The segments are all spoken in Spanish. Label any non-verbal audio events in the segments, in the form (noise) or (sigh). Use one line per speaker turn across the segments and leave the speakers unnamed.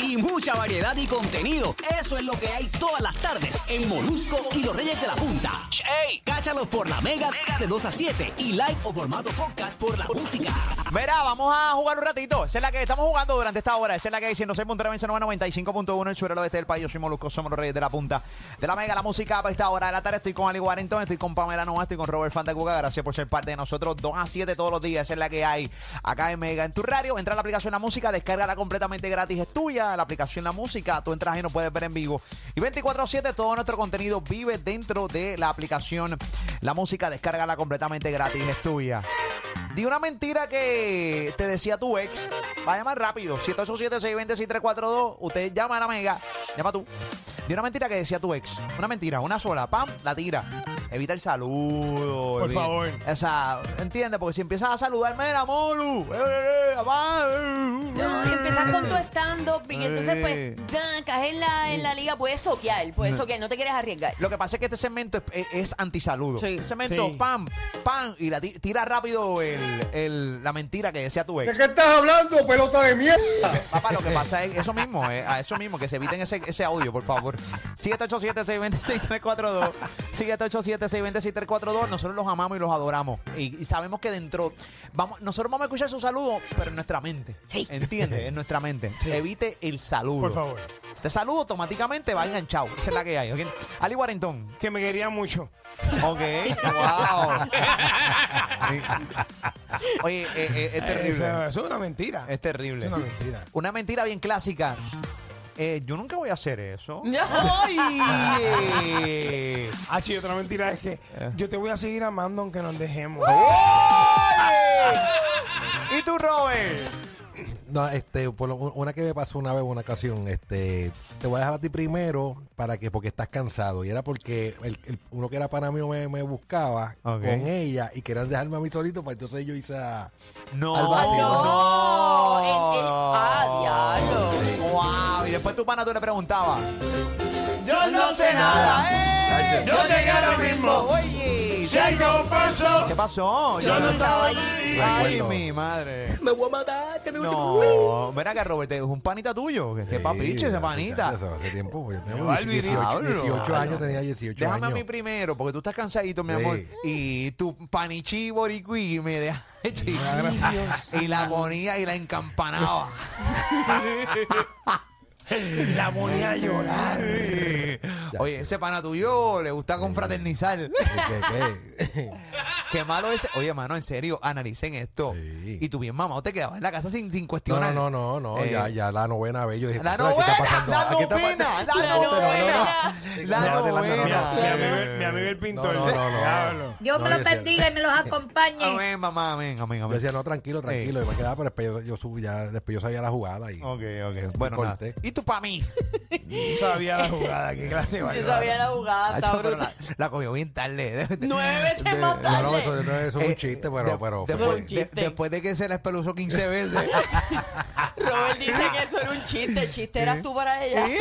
Y mucha variedad y contenido. Eso es lo que hay todas las tardes en Molusco y los Reyes de la Punta. ¡Ey! Cáchalos por la mega de 2 a 7 y live o formato podcast por la música.
Verá, vamos a jugar un ratito. Esa es la que estamos jugando durante esta hora. Esa es la que dice 95.1 en suelo oeste del país. Yo soy Molusco, somos los reyes de la punta de la mega, la música para esta hora de la tarde. Estoy con Ali Warrington, estoy con Pamela Nova, estoy con Robert Fandacuga. Gracias por ser parte de nosotros 2 a 7 todos los días. Esa es la que hay acá en Mega. En tu radio, entra a la aplicación La Música, descárgala completamente gratis. Es tuya la aplicación La Música. Tú entras y nos puedes ver en vivo. Y 24-7, todo nuestro contenido vive dentro de la aplicación La Música. Descárgala completamente gratis. Es tuya. Di una mentira que te decía tu ex. Va a llamar rápido. 787-620-6342. Usted llama a la mega. Llama tú. Di una mentira que decía tu ex. Una mentira, una sola. Pam, la tira. Evita el saludo.
Por favor.
O sea, entiende, porque si empiezas a saludarme, mira, Molu. eh, eh, eh, papá, eh,
No,
eh".
si empiezas con tu stand-up y entonces
Eh.
pues dan, caes en la, en la liga, puedes soquear, puedes soquear, no te quieres arriesgar.
Lo que pasa es que este segmento es, es antisaludo.
Sí.
Este segmento,
Sí.
pam, pam, y la ti- tira rápido el- el- la mentira que decía tu ex.
¿De qué estás hablando, pelota de mierda?
Papá, lo que pasa es eso mismo, eh, a eso mismo, que se eviten ese, ese audio, por favor. 787-620-6342. 787-620-6342. Nosotros los amamos y los adoramos. Y, y sabemos que dentro. vamos Nosotros vamos a escuchar su saludo, pero en nuestra mente.
Sí.
¿Entiendes? En nuestra mente. Evite el saludo.
Por favor.
Te saludo automáticamente, va enganchado. Esa es la que hay. ¿ok? Ali Warrington.
Que me quería mucho.
Ok. wow. Oye, eh, eh, es terrible. Este
Eso, eso es una mentira.
Es terrible.
Es una mentira.
Una mentira bien clásica. Eh, yo nunca voy a hacer eso.
No.
¡Ay!
Ah, y otra mentira es que yo te voy a seguir amando aunque nos dejemos.
(laughs) ¿Y tú, Robert?
No, este, por lo- una que me pasó una vez, una ocasión, este, te voy a dejar a ti primero para que, porque estás cansado. Y era porque el, el- uno que era para mí me, me buscaba
Ok.
con ella y querían dejarme a mí solito, pues entonces yo hice a-
Ah, No. Eh,
Al vacío.
No.
No, en- en- ah, diablo.
Wow. Y después tu pana tú le preguntabas. Yo no sé nada. Eh,
Yo
llegué ahora mismo. Oye. ¿Qué pasó? Yo, no estaba allí. Ay,
Recuerdo.
mi madre. Me voy a matar. no. Ven acá, Robert. ¿Es un panita tuyo? ¿Qué, qué papiche ese
hace-
panita?
Hace, hace tiempo, pues, yo tengo
Álvaro,
18,
Álvaro.
18 años, tenía 18
Déjame a
años.
mí primero, porque tú estás cansadito, mi amor.
Sí.
Y tu panichi boricui me deja (laughs) y la ponía y la
(laughs)
encampanaba.
La voy a llorar.
Eh. Oye, ese pana tuyo le gusta confraternizar.
¿Qué,
(laughs)
qué?
Qué malo ese. Oye, mano, en serio, analicen esto.
Sí.
Y tú bien mamado te quedabas en la casa sin, sin
No,
cuestionar.
no, no, no, no,
Eh,
ya, ya la novena vez yo dije,
La
"Contra, ¿qué está
novena,
pasando?
la
¿Qué está
novena, la
pasando?" (laughs)
La
novena,
novena.
la
No, Zelanda, no, no.
Mi
novena.
amigo, mi amigo el pintor.
No, no, no, no.
Diablo.
Dios
No,
me
yo
los
sé.
bendiga y me
(laughs)
los
Ah,
acompañe.
Amén, mamá, amén, amén,
Yo
amén.
decía, no, tranquilo, tranquilo. Y me quedaba, pero después yo, yo sub- ya, después yo sabía la jugada. Y,
Ok, ok. Bueno, nada.
Corté.
¿Y tú para mí?
Sabía la jugada. Qué clase
Yo
de
sabía la jugada,
Nacho,
está
pero
brutal.
la, la cogió bien tarde. (laughs)
Nueve veces
de-
más
Eh, No, no,
tarde.
eso, no, eso es un
Eh,
chiste,
de-
pero, pero
después,
Son chistes.
de- después de que se la espeluzó
(laughs)
15 veces.
Robert
Ah.
dice que eso era un chiste, el chiste eras tú para ella.
Sí,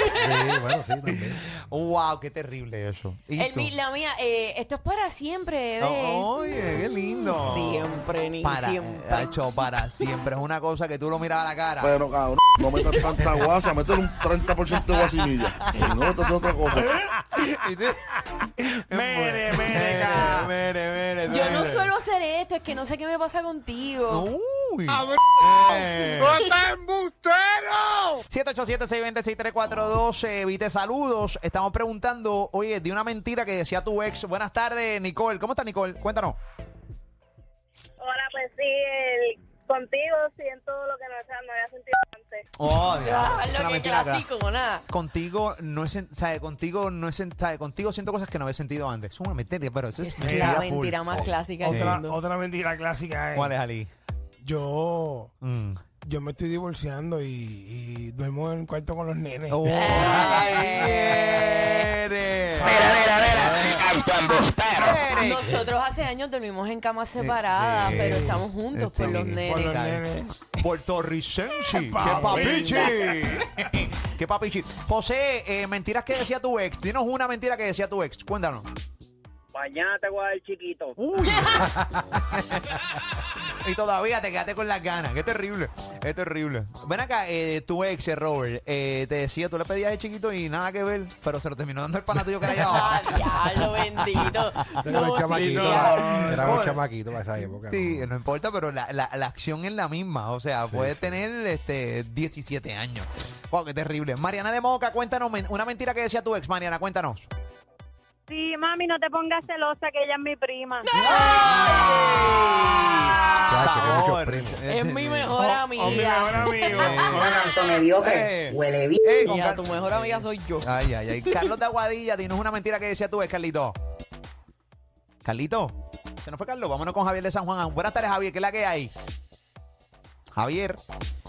bueno,
(laughs)
sí, también.
wow, qué terrible eso. ¿Y
El
tú?
mi- la mía, eh, esto es para siempre, bebé.
Oh, Oye, qué lindo.
Siempre, ni
Para,
siempre. Pues,
Nacho, para siempre. Es una cosa que tú lo miras a la cara.
Pero cabrón, no metas tanta guasa, métele un 30% de guasimilla. Y no metas otra cosa.
Y tú- eh, Mere,
Mere, mere, ca.
mere, mere,
Yo no
mere.
suelo hacer esto, es que no sé qué me pasa contigo.
Uy. Eh. 787-620-6342, evite saludos. Estamos preguntando, oye, de una mentira que decía tu ex. Buenas tardes, Nicole. ¿Cómo está Nicole? Cuéntanos.
Hola, pues sí, el- contigo siento lo que no, o sea, no había sentido antes.
(laughs)
Oh,
Ah,
diablo, es una
lo que
mentira acá.
clásico, nada.
Contigo no es, sen- sabe, contigo no es, sen- sabe, contigo siento cosas que no había sentido antes. Es una mentira, pero eso es
Es la mentira más clásica del
Otra,
mundo.
otra mentira clásica es.
¿Cuál es Ali?
Yo.
Mm.
Yo me estoy divorciando y, y duermo en el cuarto con los
Eh. (laughs)
nenes.
Oh, ahí eres.
Mira, mira, mira,
nenes.
Nosotros hace años dormimos en camas separadas,
sí. Este,
pero estamos juntos por los (laughs)
Por los
nenes.
nenes.
Puertorricense. ¡Qué papichi! ¡Qué papichi! José, eh, mentiras que decía tu ex. Dinos una mentira que decía tu ex. Cuéntanos.
Mañana te voy a dar chiquito.
Uh.
¡Uy! y todavía te quedaste con las ganas. ¡Qué terrible! ¡Es terrible! Ven acá, eh, tu ex, eh, Robert, eh, te decía, tú le pedías el chiquito y nada que ver, pero se lo terminó dando el pana tuyo que la llevaba.
(laughs) Ah, diablo, bendito.
Era un chamaquito.
sí,
era- Era un
Bueno.
chamaquito para esa época.
(laughs) Sí,
¿no?
no importa, pero la, la- la acción es la misma. O sea, puedes tener este 17 años. Wow, qué terrible. Mariana de Moca, cuéntanos men- una mentira que decía tu ex, Mariana, cuéntanos.
Sí, mami, no te pongas celosa, que ella es mi prima.
Chacho, que muchos
Sabor.
primos.
Es (laughs)
Este,
mi mejor
O Oh, mi mejor
amiga.
amigo.
Eh. Eh, con
Ya,
cal-
tu mejor amiga soy yo.
Ay, ay, ay. Carlos de Aguadilla, dinos una mentira que decía tu ex, Carlito. Carlito, se nos fue Carlos. Vámonos con Javier de San Juan. Buenas tardes, Javier. ¿Qué es la que hay? Javier.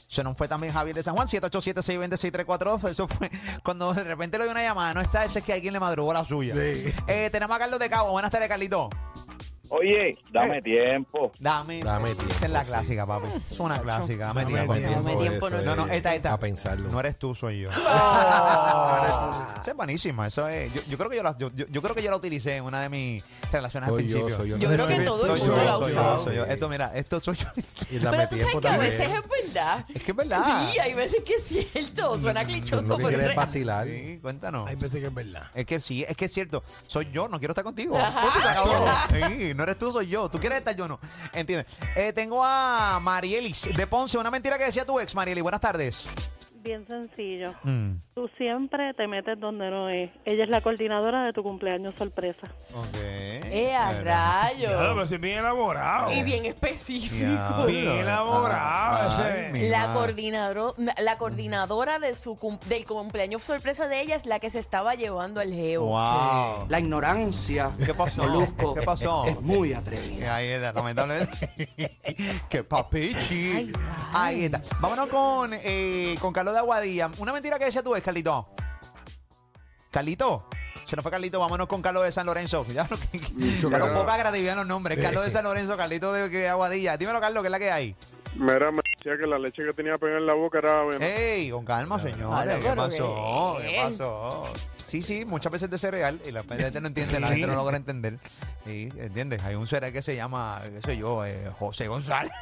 Se nos fue también Javier de San Juan, 787-620-6342. Eso fue cuando de repente le dio una llamada. No está, ese es que alguien le madrugó la suya.
Sí.
Eh, tenemos a Carlos de Cabo. Buenas tardes, Carlito.
Oye,
Eh.
dame tiempo.
Dame.
Dame
Esa es la
tiempo, sí.
clásica, papi. Es una clásica. Dame,
Dame
tiempo.
tiempo.
Dame tiempo,
eso
no
es.
No, no, esta, esta.
A pensarlo.
No eres tú, soy
(laughs)
yo. Esa es buenísima. Eso es. Yo, yo creo que yo la, yo, yo- yo creo que yo la utilicé en una de mis relaciones al
soy yo,
principio.
soy yo.
Yo
No,
creo
no,
que
no,
todo el
soy
Soy
yo,
yo,
mundo la
soy
soy
yo,
usa.
yo, soy yo.
soy yo.
Esto, mira, esto soy yo. (laughs)
Y dame
Pero tú sabes
tiempo
que a
también.
veces es verdad.
Es que es verdad.
Sí, hay veces que es cierto. Suena clichoso, pero
Lo que
es
quieres es
real.
vacilar.
Sí, cuéntanos.
Hay veces que es verdad.
Es que sí, es que es cierto. Soy yo, no quiero estar contigo.
Ajá.
Punto, se acabó. Sí, no eres tú, soy yo. Tú quieres estar yo, no. ¿Entiendes? Eh, tengo a Marielis de Ponce. Una mentira que decía tu ex, Marielis. Buenas tardes.
Bien sencillo.
Hmm.
Mm,
Tú siempre te metes donde no es. Ella es la coordinadora de tu cumpleaños sorpresa.
ok.
¡Eh, a
Bueno.
Claro,
rayos!
pero si es bien elaborado.
Y bien específico.
Diablo.
Bien elaborado
Ah, Ay,
ese.
mi
La
madre.
coordinadora, la coordinadora de su cum- del cumpleaños sorpresa de ella es la que se estaba llevando al geo.
Wow.
La ignorancia,
¿Qué pasó?
Molusco,
(laughs)
¿Qué pasó?
es muy atrevida.
Ahí está, lamentablemente. ¡Qué papichi! Ahí está. Vámonos con, eh, con Carlos de Aguadilla. Una mentira que decía tú es, Carlito. Carlito. Se nos fue Carlito, vámonos con Carlos de San Lorenzo. (laughs) Ya no, que- ya con poca creatividad en los nombres. Carlos de San Lorenzo, Carlito de de Aguadilla. Dímelo, Carlos, ¿qué es la que hay?
Mira, me decía que la leche que tenía pegada en la boca era avena.
Eh.
¡Ey! Con calma, señores.
Ahora,
¿Qué
pero
pasó?
¿qué?
¿Qué pasó? Sí, sí, muchas veces de cereal y la gente no entiende, la gente no logra entender. Sí, ¿Entiendes? Hay un cereal que se llama, qué sé yo, eh, José González.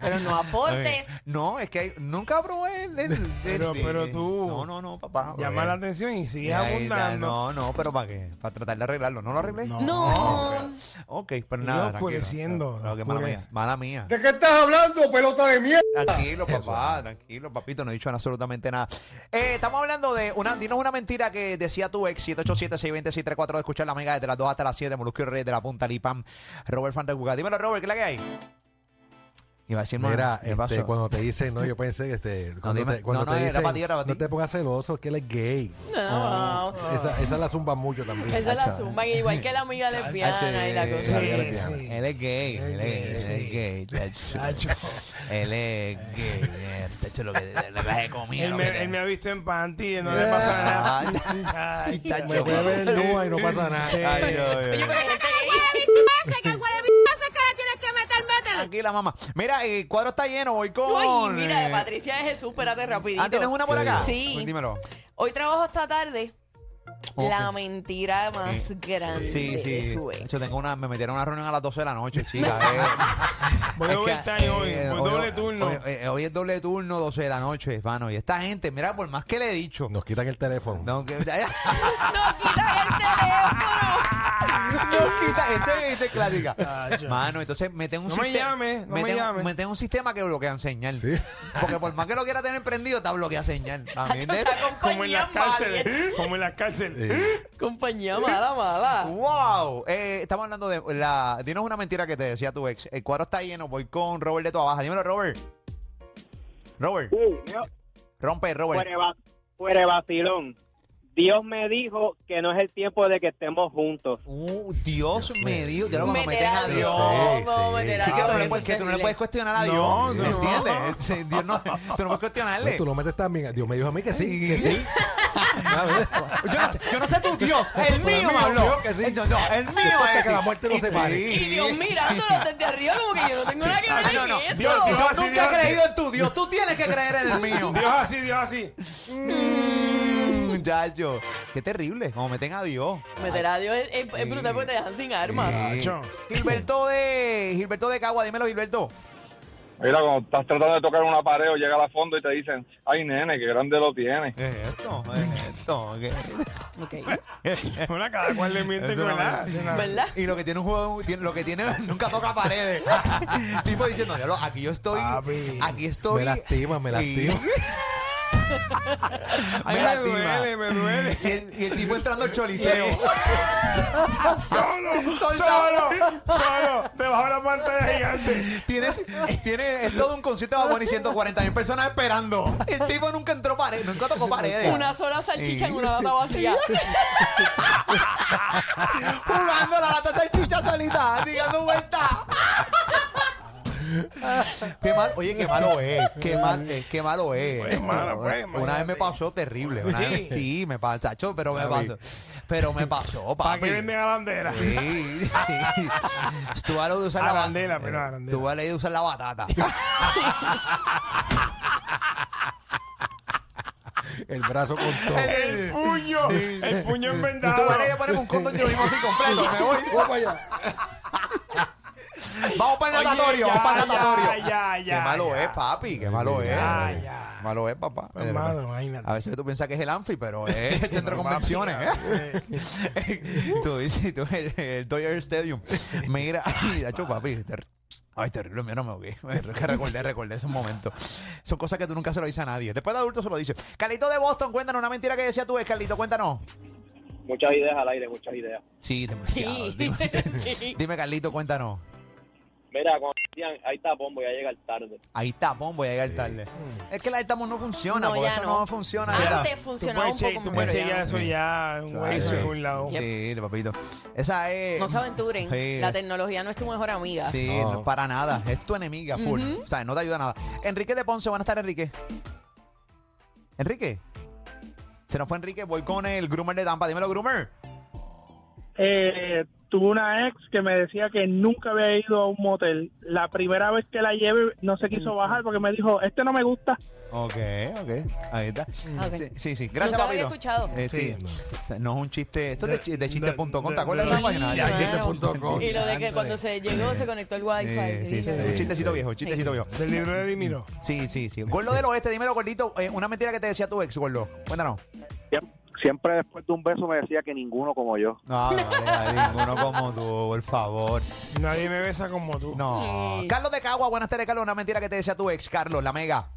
Pero no aportes.
Eh, no, es que hay- nunca probé el. el- el-
Pero-
el-
pero tú-
No, no, no, papá.
Llama la
eh,
atención y sigue
ahí está,
abundando.
No, no, pero ¿para qué? Para tratar de arreglarlo. ¿No lo arreglé?
No.
Ok, pero
Y
nada.
oscureciendo,
tranquilo. No, que mala mía.
oscurece.
Mala mía.
¿De qué estás hablando, pelota de mierda?
Tranquilo, papá, tranquilo, papito, no he dicho absolutamente nada. Eh, estamos hablando de una, dinos una mentira que decía tu ex, 787-620-634, de escuchar la mega desde las 2 hasta las 7, Molusco y Reyes de la Punta, Lipam, Robert Fantacuca. Dímelo, Robert, ¿qué es la que hay? Iba a decir,
Mira,
¿qué
este,
pasó?
cuando te dicen, no, yo pensé que este, cuando
dime-
te, cuando
eh, no,
te
no, era
dicen,
para ti, era para ti.
no te pongas celoso, es que él es gay. Ah,
No.
Esa, esa la zumba mucho también.
Esa la
Hacha.
zumba, igual que la amiga lesbiana y la
Sí,
cosa.
Amiga
Sí,
lesbiana.
sí.
Él es gay,
eh, Él es
él
gay,
es, él es
sí.
gay, chacho. (laughs)
Chacho.
Él es gay, eh, chacho, lo que la clase de comida.
Él
lo que
me,
te-
él me ha visto en panty y no le
(laughs)
pasa nada. Ay,
Chacho.
Me puede ver nueva y no pasa nada.
Sí.
Ay, ay, ay.
Yo creo que gente gay.
que el tienes que meter,
Tranquila, mamá. Mira, el cuadro está lleno. Voy con.
Uy, mira, de
eh,
Patricia de Jesús, espérate rapidito.
Ah, ¿tienes una por acá?
Sí.
Dímelo.
Hoy trabajo esta tarde.
Ok.
La mentira más grande
Sí,
de
sí.
su
De
ex.
hecho, tengo una, me metieron a una reunión a las 12 de la
(laughs)
noche, chica. eh.
Voy
Es que,
overtime hoy,
eh,
voy doble turno.
Hoy, eh, hoy es doble turno, 12 de la noche, hermano. Y esta gente, mira, por más que le he dicho.
Nos quitan el teléfono.
No, que, (laughs)
¡No quitas el
(laughs)
teléfono!
Nos quita, esa es- esa es clásica. Mano, entonces meten un
No me
sistema.
llames, no me
meten-
llames.
meten un sistema que bloquean señal.
Sí.
Porque por más que lo quiera tener prendido, está bloquea señal. También
Hacho,
de-
o sea, con
Como en
compañía
las
mala.
cárceles. Como en las cárceles.
Compañía mala,
Uh,
mala.
¡Wow! Eh, estamos hablando de la. Dinos una mentira que te decía tu ex. El cuadro está lleno. Voy con Robert de tu abajo. Dímelo, Robert. Robert.
Uh,
Rompe, Robert.
Fuere vacilón. Dios me dijo que no es el tiempo de que estemos juntos.
Uh, Dios, me dio. Ya lo cuando
Meter
meten a
a
Dios.
Sí,
Dios. no,
sí.
meter a
Sí, que tú no,
Dios,
le
eso
puedes,
es
que tú no le
terrible.
puedes cuestionar a Dios.
No, no.
¿Entiendes? Dios no, tú no puedes
No,
cuestionarle. (laughs)
tú lo metes también. Dios me dijo a mí que sí, que sí.
Yo no sé, yo no sé tu Dios. Ah, (laughs) El
Pues el
mío
mío
me habló.
dijo que sí.
El- No, el mío
Después
es
de que la muerte nos
Y-
separe.
Y Dios mirándolo desde arriba como que yo no tengo nada que ver
Ah, no,
en
no.
esto.
Dios, yo
Dios, sí,
nunca
Dios,
he creído en tu Dios. Tú tienes que creer en el mío.
Dios así, Dios así.
(laughs) Muchacho, qué terrible. Como meten a Dios. Eh,
Meter a Dios es, es- es brutal porque te dejan sin armas.
Chacho.
Gilberto de Gilberto de Cagua, dímelo Gilberto.
Mira, cuando estás tratando de tocar una pared o llegas a fondo y te dicen, ay, nene, qué grande lo tienes.
¿Qué es esto? ¿Qué es esto? ¿Qué-
Ok.
Bueno, cada cual le miente
Eso
con la.
no-
(laughs) ¿Verdad?
Y lo que tiene un juego, tiene- lo que tiene (laughs) nunca toca paredes. (laughs) tipo diciendo, "Diablo, aquí yo estoy,
Papi,
aquí estoy.
me lastima, me
Y-
lastima.
me
Ay, me
lastima.
duele, me duele.
Y el, y el tipo entrando (laughs) al
(laughs)
choliseo.
Solo,
Soltado.
solo, solo, debajo de la pantalla gigante.
Tienes, tiene, es todo un concierto de Baboni, 140 mil personas esperando. El tipo nunca entró pared, nunca tocó paredes.
Una sola salchicha en una lata vacía.
jugando la lata de salchicha solita, así dando vueltas. qué mal, oye, qué malo es, qué mal, es, qué malo es.
Pues, malo,
una
pues,
vez me
imagínate.
pasó terrible, una vez, sí, me pasó, chacho, pero me
Papi.
pasó, pero me pasó,
¿Para
papi.
qué venden a bandera?
Sí, sí. Tú a lo de usar la
Arandela,
ba-
pero arandela.
Tú a lo de usar la
(laughs)
batata.
(laughs) El brazo con todo.
El puño, el puño
Tú
envendado.
vas a ponerme un condón y lo mismo así completo. Me voy.
Vamos allá.
Vamos para el
Oye,
natatorio.
ya,
Vamos para el
ya,
natatorio.
ya, ya,
Qué malo
ya.
es, papi. Qué malo es.
Ya, ya.
Malo es, papá.
Pues, mano, imagínate.
A veces tú piensas que es el anfi, pero es
(laughs)
el centro de
No,
convenciones.
papi,
¿eh? (laughs) tú dices, tú el, el Dodger Stadium. Mira, (laughs) ay, hacho, papi. ter- Ay, terrible, mira, me ahogué. Es que recordé, recordé esos momentos. Son cosas que tú nunca se lo dices a nadie. Después de adulto se lo dices. Carlito de Boston, cuéntanos una mentira que decía tú, Carlito, cuéntanos.
Muchas ideas al aire, muchas ideas.
Sí, demasiado.
Sí.
Dime, (laughs)
Sí.
dime, Carlito, cuéntanos.
Mira, cuando decían, ahí está Bombo, ya llega tarde.
Ahí tapón, voy a llegar tarde. Es que la tapón no funciona,
No,
porque
ya
eso no,
no.
funciona. ya.
Antes
Tú
funcionaba
puedes
un poco
che- tú puedes
mejor. ya
chequear
no.
eso ya, un
Claro.
Waze en algún lado.
Yep.
Sí, papito. Esa es.
No se aventuren.
Sí,
La
es-
tecnología no es tu mejor amiga.
Sí,
No.
no, para nada. Es tu enemiga, full. O sea, no te ayuda nada. Enrique de Ponce, van a estar Enrique. Enrique. Se nos fue Enrique, voy con el groomer de Tampa. Dímelo, groomer.
eh, tuve una ex que me decía que nunca había ido a un motel. La primera vez que la lleve no se quiso bajar porque me dijo, este no me gusta.
Ok, ok. Ahí está.
Ah, Ok.
Sí, sí, sí. Gracias,
Nunca lo había
papito.
escuchado.
Eh, sí. No es un chiste. Esto es de, chi- de
De-
chiste.com.
de-
¿Te acuerdas de la
de-
página?
Ya,
Sí,
claro.
chiste.com.
Ah, Y lo de que cuando se llegó se conectó el wifi.
Eh, sí, sí, un chistecito viejo, un chistecito viejo.
Del libro de Dimiro.
Sí, sí, sí. Gordo del oeste, dímelo, gordito. eh, una mentira que te decía tu ex, gordo. Cuéntanos.
Siempre después de un beso me decía que ninguno como yo.
No, no, no, ninguno como tú, por favor.
Nadie me besa como tú.
No. Carlos de Cagua, buenas tardes, Carlos. Una mentira que te decía tu ex, Carlos, la mega.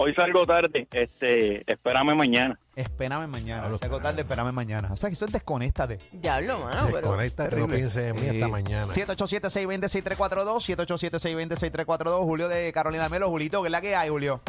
Hoy salgo tarde, este, espérame mañana.
Espérame mañana. Si hago tarde, espérame mañana. O sea, que eso es desconéctate.
Diablo, mano, pero.
Desconéctate, no pienses en mí
Eh,
esta mañana.
787-620-6342, 787-620-6342, Julio de Carolina Melo, Julito, ¿qué es la que hay, Julio?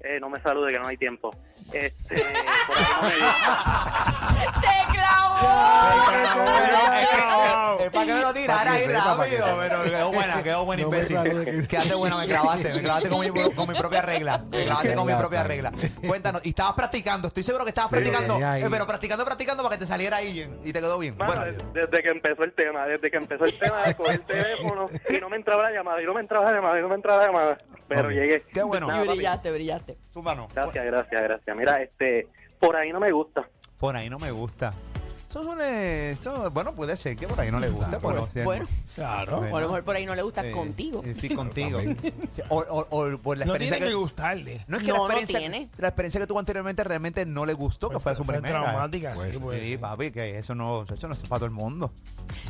Eh, no me salude, que no hay tiempo. Este, por ahí (laughs) no me digas.
¡Te
Pero,
clavo!
pero,
Es para que me lo tirara
Para que
ahí
sepa, para que
rápido,
sepa.
pero quedó
(laughs)
buena, quedó buena,
No me
imbécil.
salude que-
Que hace buena, me clavaste, me clavaste con mi, con mi propia regla. Me clavaste
Qué
con mi propia
lata.
regla. Cuéntanos, y estabas practicando, estoy seguro que estabas
Sí, lo
practicando,
tenía ahí.
eh, pero practicando, practicando para que te saliera ahí bien, y te quedó bien.
Mano,
Bueno,
des- desde que empezó el tema, desde que empezó el tema, cogí el teléfono y no me entraba la llamada, y no me entraba la llamada, y no me entraba la llamada. Pero
Ok.
llegué.
Qué bueno.
Nada,
Y
papi.
brillaste, brillaste.
Zúmbalo.
Gracias, gracias, gracias. Mira, este, por ahí no me gusta.
Por ahí no me gusta. Eso suele, eso, bueno, puede ser que por ahí no le gusta.
Claro.
pero, o sea,
Bueno,
Claro.
o a lo mejor por ahí no le gusta
eh,
contigo.
eh, Sí, contigo. Sí, O, o- o por la
No
experiencia
tiene que
que...
gustarle.
No es que
No,
la,
no
experiencia,
tiene.
la experiencia que tuvo anteriormente realmente no le gustó, que fue su
Fue
primera.
traumática, sí,
sí,
pues.
papi, que eso no, eso no es para todo el mundo.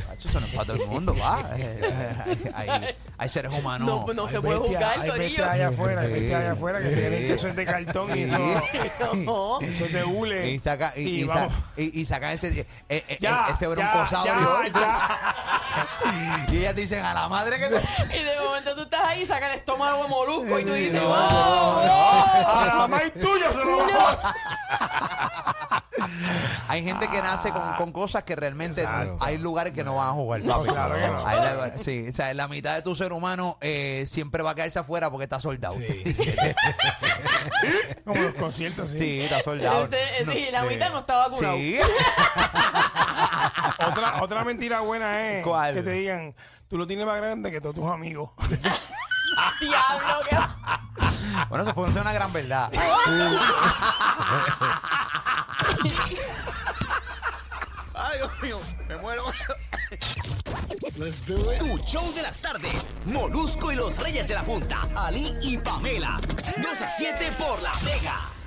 Chacho, Eso no es para todo el mundo, va. Eh, eh, Hay, hay seres humanos.
No, pues, no se
Hay
puede
bestias-
jugar,
Hay
Corillo.
bestias allá afuera, hay bestias allá afuera que se creen
Sí.
que eso es de cartón y eso,
No.
eso es de hule.
Y saca, y, y
vamos.
sa- y- y saca ese, eh, eh, eh,
Ya,
ese
ya,
broncosado.
ya,
Dios.
ya.
(laughs) Y ellas dicen, a la madre que te...
Y de momento tú estás ahí, saca el estómago de molusco y tú dices,
No,
¡Oh!
A la mamá y tuya se lo va a
Hay gente que nace con, con cosas que realmente
Exacto.
hay lugares que no van a jugar. papi.
claro que no.
Hay la- sí, o sea, la mitad de tu ser humano eh, siempre va a quedarse afuera porque está soldado. Sí,
Como los conciertos, sí.
está soldado.
Este- sí, la mitad no está vacunado.
Sí. (laughs)
Otra, otra mentira buena es
¿Cuál?
que te digan, tú lo tienes más grande que todos tus amigos.
Diablo, qué
Bueno, eso fue eso es una gran verdad.
Ay, Dios mío, me muero. Tu show de las tardes. Molusco y los Reyes de la Punta. Ali y Pamela. 2 a 7 por la Vega.